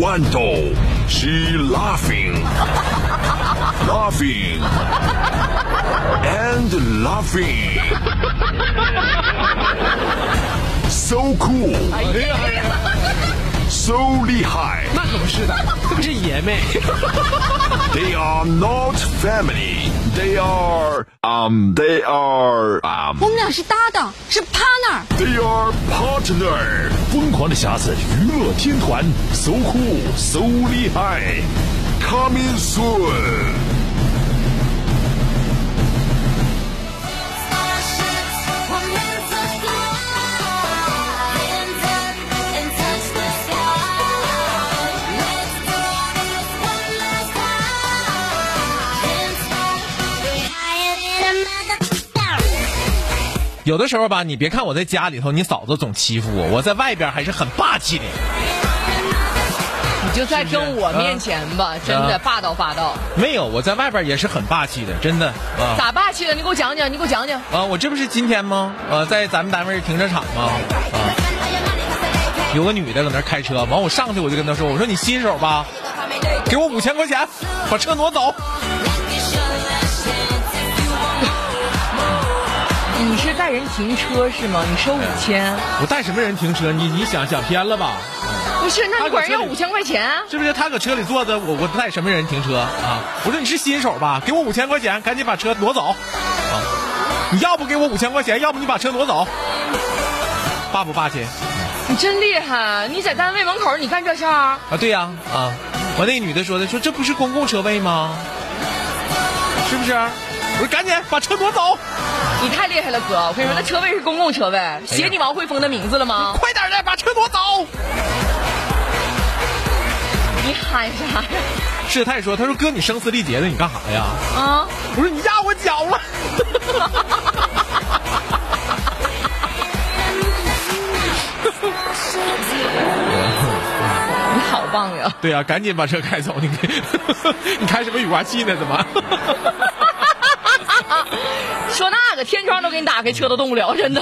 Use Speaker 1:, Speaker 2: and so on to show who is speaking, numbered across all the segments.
Speaker 1: Wando, she laughing, laughing, and laughing. So cool,
Speaker 2: 哎呀，
Speaker 1: so 厉害。
Speaker 2: 那可不是的，这不是爷们。
Speaker 1: They are not family. They are um. They are um.
Speaker 3: 我们俩是搭档，是 partner。
Speaker 1: They are partner. 疯狂的匣子娱乐天团，so cool, so 厉害。Coming soon.
Speaker 4: Let's
Speaker 2: 有的时候吧，你别看我在家里头，你嫂子总欺负我，我在外边还是很霸气的。
Speaker 5: 你就在跟我面前吧，真的
Speaker 2: 啊
Speaker 5: 霸道霸道，
Speaker 2: 没有，我在外边也是很霸气的，真的啊
Speaker 5: 咋霸气了？你给我讲讲，你给我讲讲。
Speaker 2: 啊！我这不是今天吗？呃，在咱们单位停车场吗？啊，有个女的搁那开车，完我上去我就跟她说，我说你新手吧，给我五千块钱，把车挪走。
Speaker 5: 你是带人停车是吗？你收五千，
Speaker 2: 我带什么人停车？你你想想偏了吧？
Speaker 5: 不是？那
Speaker 2: 他
Speaker 5: 你管人
Speaker 2: 搁
Speaker 5: 要
Speaker 2: 这里
Speaker 5: 五千块钱啊？
Speaker 2: 是不是他搁车里坐着，我我带什么人停车啊？我说你是新手吧，给我五千块钱，赶紧把车挪走。啊，你要不给我五千块钱，要不你把车挪走。霸不霸气
Speaker 5: 你真厉害！你在单位门口你干这事儿，
Speaker 2: 啊？对呀啊我那女的说的，说这不是公共车位吗？是不是？我说赶紧把车挪走，
Speaker 5: 你太厉害了，哥！我跟你说，那车位是公共车位，写你王慧峰的名字了吗？
Speaker 2: 快点的把车挪走。
Speaker 5: 你喊啥呀？
Speaker 2: 是，她也说，她说哥你声嘶力竭的，你干啥呀？
Speaker 5: 啊！
Speaker 2: 我说你压我脚了。
Speaker 5: 你好棒呀！
Speaker 2: 对呀、赶紧把车开走！你 你开什么雨刮器呢？怎么？
Speaker 5: 说那个天窗都给你打开，车都动不了，真 的。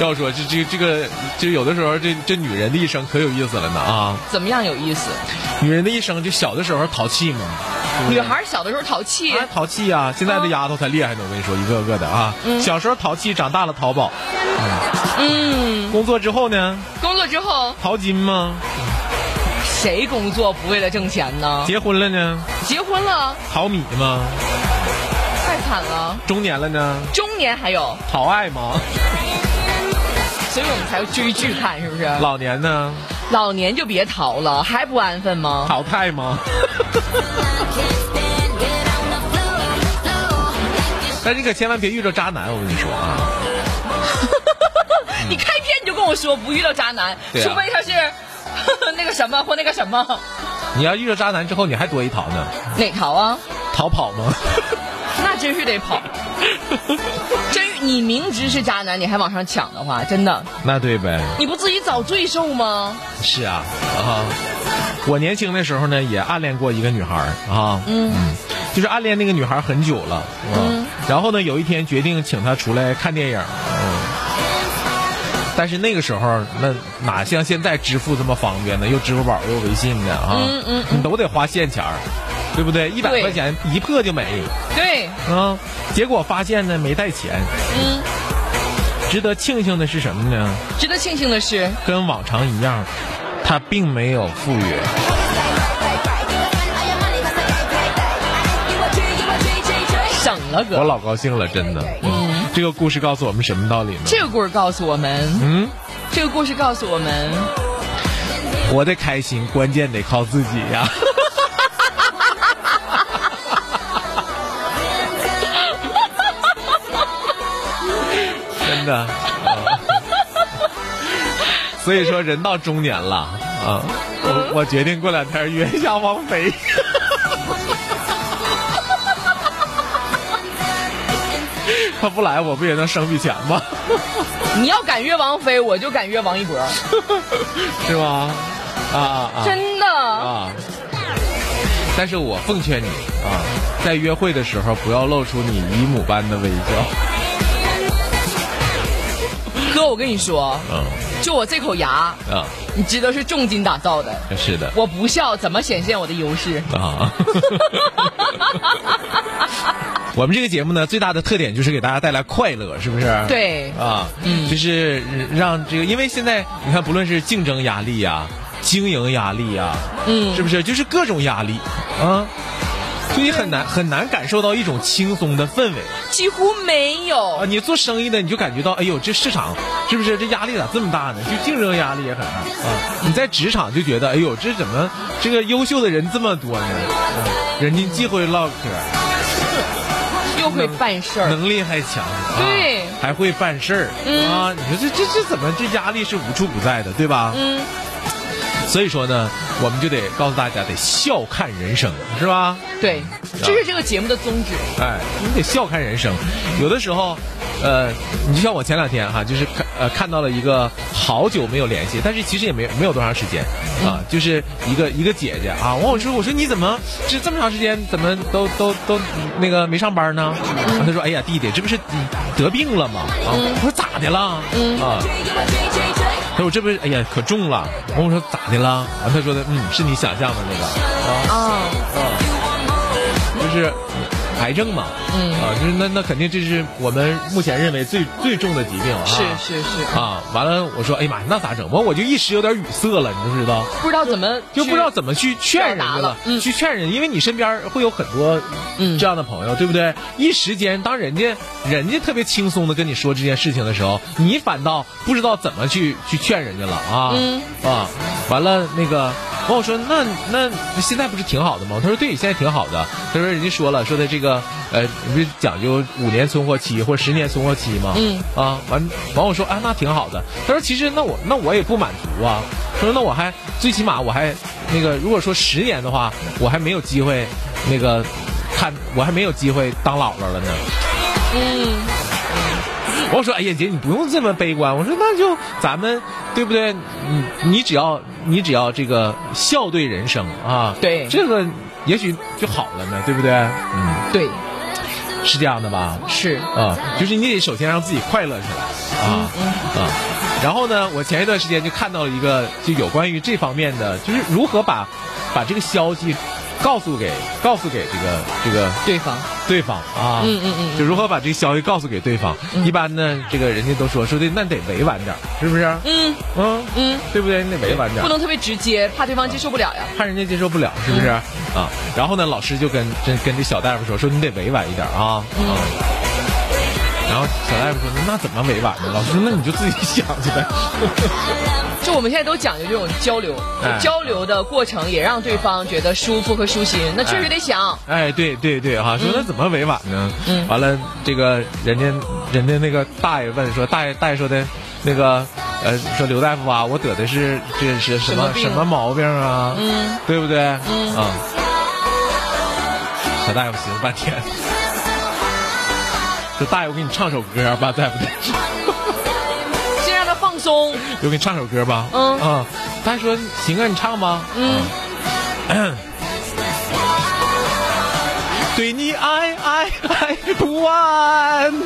Speaker 2: 要说这这这个，就有的时候这这女人的一生可有意思了呢啊！
Speaker 5: 怎么样有意思？
Speaker 2: 女人的一生，就小的时候淘气嘛，
Speaker 5: 女孩小的时候淘气，
Speaker 2: 啊淘气啊！现在的丫头才厉害呢，我跟你说，一个个的啊，小时候淘气，长大了淘宝，
Speaker 5: 嗯，
Speaker 2: 工作之后呢，
Speaker 5: 工作之后
Speaker 2: 淘金吗？
Speaker 5: 谁工作不为了挣钱呢？
Speaker 2: 结婚了呢，
Speaker 5: 结婚了，
Speaker 2: 淘米吗？
Speaker 5: 太惨了。
Speaker 2: 中年了呢，
Speaker 5: 中年还有，
Speaker 2: 淘爱吗？
Speaker 5: 所以我们才要追剧看，是不是？
Speaker 2: 老年呢，
Speaker 5: 老年就别逃了，还不安分 吗？
Speaker 2: 淘汰吗？但你可千万别遇着渣男，我跟你说啊，
Speaker 5: 你开篇你就跟我说不遇到渣男，
Speaker 2: 对啊嗯
Speaker 5: 除非他是 呵呵那个什么或那个什么，
Speaker 2: 你要遇着渣男之后，你还多一淘呢，
Speaker 5: 哪逃啊？
Speaker 2: 逃跑吗？
Speaker 5: 那真是得跑。真，你明知是渣男，你还往上抢的话，真的，
Speaker 2: 那对呗。
Speaker 5: 你不自己找罪受吗？
Speaker 2: 是啊，啊，我年轻的时候呢，也暗恋过一个女孩儿啊，嗯就是暗恋那个女孩儿很久了，嗯，然后呢，有一天决定请她出来看电影，嗯，但是那个时候那哪像现在支付这么方便呢？又支付宝又微信的啊，
Speaker 5: 嗯嗯
Speaker 2: 你都得花现钱儿，对不对？一百
Speaker 5: 对
Speaker 2: 块钱一破就没，
Speaker 5: 对，
Speaker 2: 啊，结果发现呢没带钱，
Speaker 5: 嗯，
Speaker 2: 值得庆幸的是什么呢？
Speaker 5: 值得庆幸的是，
Speaker 2: 跟往常一样，他并没有赴约。
Speaker 5: 省了
Speaker 2: 我
Speaker 5: 哥。
Speaker 2: 老高兴了，真的。嗯，这个故事告诉我们什么道理呢？
Speaker 5: 这个故事告诉我们，
Speaker 2: 嗯，
Speaker 5: 这个故事告诉我们，
Speaker 2: 活得开心，关键得靠自己呀。真的。啊所以说，人到中年了啊，我我决定过两天约一下王菲。他不来，我不也能生比强吗？
Speaker 5: 你要敢约王菲，我就敢约王一博，
Speaker 2: 是吗？啊啊啊！
Speaker 5: 真的。
Speaker 2: 啊！但是我奉劝你啊，在约会的时候不要露出你姨母般的微笑。
Speaker 5: 哥，我跟你说，
Speaker 2: 嗯
Speaker 5: 就我这口牙，
Speaker 2: 啊，
Speaker 5: 你知道是重金打造的，
Speaker 2: 是的
Speaker 5: 我不笑怎么显现我的优势？
Speaker 2: 啊。 我们这个节目呢，最大的特点就是给大家带来快乐，是不是？。
Speaker 5: 对，
Speaker 2: 啊，嗯，就是让这个，因为现在你看，不论是竞争压力呀、经营压力呀、
Speaker 5: 嗯
Speaker 2: 是不是？就是各种压力啊，所以很难很难感受到一种轻松的氛围
Speaker 5: 几乎没
Speaker 2: 啊。
Speaker 5: 有。
Speaker 2: 你做生意的，你就感觉到，哎呦，这市场是不是这压力咋这么大呢？就竞争压力也很大啊。你在职场就觉得，哎呦，这怎么这个优秀的人这么多呢？啊、人家既会唠嗑，
Speaker 5: 又会办事儿，
Speaker 2: 能力还强，啊、
Speaker 5: 对嗯
Speaker 2: 还会办事儿、啊。你说这这这怎么这压力是无处不在的，对吧？
Speaker 5: 嗯，
Speaker 2: 所以说呢，我们就得告诉大家，得笑看人生，是吧？
Speaker 5: 对，这是这个节目的宗旨。
Speaker 2: 哎，你得笑看人生。有的时候，呃，你就像我前两天哈、就是看呃看到了一个好久没有联系，但是其实也没没有多长时间啊，就是一个一个姐姐啊，完我说我说你怎么这这么长时间怎么都都都那个没上班呢？啊她说哎呀弟弟，这不是嗯得病了吗？啊，我说咋的了？啊。她说我这不是哎呀可重了，完我说咋的了？完她说的嗯是你想象的那个，啊
Speaker 5: 啊，
Speaker 2: 就是癌症嘛，嗯啊，就是那那肯定这是我们目前认为最最重的疾病啊，
Speaker 5: 是是是，
Speaker 2: 啊，完了我说哎呀妈呀，那咋整？完我就一时有点语塞了，你知不知道？
Speaker 5: 不知道怎么
Speaker 2: 就不知道
Speaker 5: 去
Speaker 2: 怎么去劝人家
Speaker 5: 表达了嗯
Speaker 2: 去劝人，因为你身边会有很多
Speaker 5: 嗯
Speaker 2: 这样的朋友，对不对？一时间，当人家人家特别轻松的跟你说这件事情的时候，你反倒不知道怎么去去劝人家了啊、
Speaker 5: 嗯
Speaker 2: 啊！完了那个。完我说那那现在不是挺好的吗？他说对，现在挺好的。他说人家说了，说的这个呃，不是讲究五年存活期或者十年存活期吗？
Speaker 5: 嗯
Speaker 2: 啊，完完我说啊，那挺好的。他说其实那我那我也不满足啊，他说那我还最起码我还那个，如果说十年的话，我还没有机会那个看，我还没有机会当姥姥了呢。嗯，我说哎呀姐，你不用这么悲观。我说那就咱们对不对？你你只要你只要这个笑对人生啊，
Speaker 5: 对
Speaker 2: 这个也许就好了呢，对不对？嗯，
Speaker 5: 对
Speaker 2: 是这样的吧？
Speaker 5: 是
Speaker 2: 啊，就是你得首先让自己快乐起来啊啊。然后呢，我前一段时间就看到了一个就有关于这方面的，就是如何把把这个消息告诉给告诉给这个这个
Speaker 5: 对方
Speaker 2: 对方啊，
Speaker 5: 嗯嗯嗯
Speaker 2: 就如何把这个消息告诉给对方。一般呢，这个人家都说说的那得委婉点儿，是不是？
Speaker 5: 嗯
Speaker 2: 嗯
Speaker 5: 嗯，
Speaker 2: 对不啊对？你得委婉点儿
Speaker 5: 不。能特别直接，怕对方接受不了呀。
Speaker 2: 怕人家接受不了，是不是？
Speaker 5: 嗯
Speaker 2: 啊，然后呢，老师就跟跟跟这小大夫说，说你得委婉一点啊。嗯。然后小大夫说：“那怎么委婉呢？”老师说：“那你就自己想去呗。
Speaker 5: 就我们现在都讲究这种交流
Speaker 2: 哎，
Speaker 5: 交流的过程也让对方觉得舒服和舒心，那确实得想。”
Speaker 2: 哎，对对对，哈、说那怎么委婉呢？嗯，完了，这个人家人家那个大爷问说：“大爷大爷说的，那个呃，说刘大夫啊，我得的是这是什么
Speaker 5: 什么病
Speaker 2: 什么毛病啊？嗯，对不对？嗯啊。”小大夫寻思半天，说：“大爷，我给你唱首歌吧，在不在？”
Speaker 5: 先让他放松，
Speaker 2: 我给你唱首歌吧。
Speaker 5: 嗯
Speaker 2: 啊，他说行啊，你唱吧。啊
Speaker 5: 嗯，
Speaker 2: 对你爱爱爱不 完。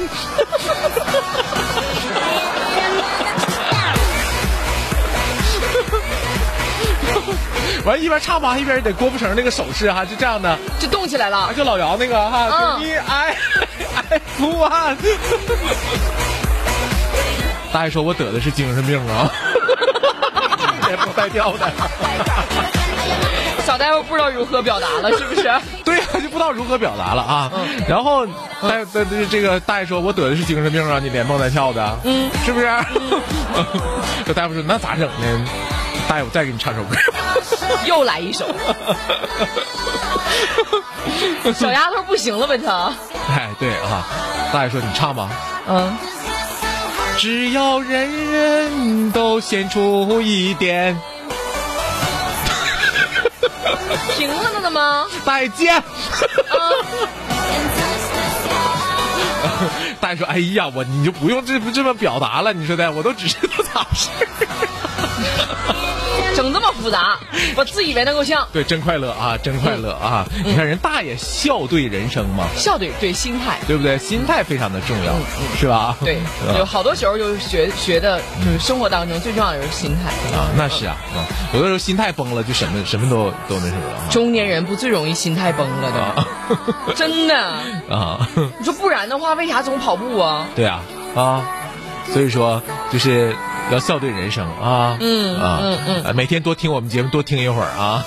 Speaker 2: 完一边唱吧，一边得郭富城那个手势啊哈、就这样的，
Speaker 5: 就动起来了。
Speaker 2: 啊就老姚那个哈、
Speaker 5: 嗯
Speaker 2: 对你哎爱爱不完。啊大爷说，我得的是精神病啊，也不带调的。
Speaker 5: 小大夫不知道如何表达了，是不是？
Speaker 2: 对呀、就不知道如何表达了啊。然后大大这个大爷说：“我得的是精神病啊，你连蹦带跳的，嗯，是不是？”这 大夫说：“那咋整呢？”大爷，我再给你唱首歌。
Speaker 5: 又来一首，小丫头不行了吧？她，
Speaker 2: 哎，对啊，大爷说：“你唱吧。”
Speaker 5: 嗯，
Speaker 2: 只要人人都献出一点，
Speaker 5: 停了呢的 吗？
Speaker 2: 大爷接。大爷说：“哎呀，我你就不用这这么表达了，你说的，我都只知道咋回事。
Speaker 5: 整这么复杂，我自以为那够呛”。
Speaker 2: 对，真快乐啊，真快乐啊！
Speaker 5: 嗯
Speaker 2: 你看人大爷笑对人生嘛，
Speaker 5: 笑对对心态，
Speaker 2: 对不对？心态非常的重要，是吧？ 啊
Speaker 5: 对，
Speaker 2: 是吧
Speaker 5: 有好多时候就是学学的，就是生活当中最重要的就是心态。
Speaker 2: 啊，那是啊，啊有的时候心态崩了，就什么什么都都那什么了啊
Speaker 5: 中年人不最容易心态崩了的吗？真的，
Speaker 2: 啊，
Speaker 5: 你说不然的话，为啥总跑步啊？
Speaker 2: 对啊啊，所以说就是要笑对人生啊，
Speaker 5: 嗯
Speaker 2: 啊
Speaker 5: 嗯嗯
Speaker 2: 啊每天多听我们节目，多听一会儿啊。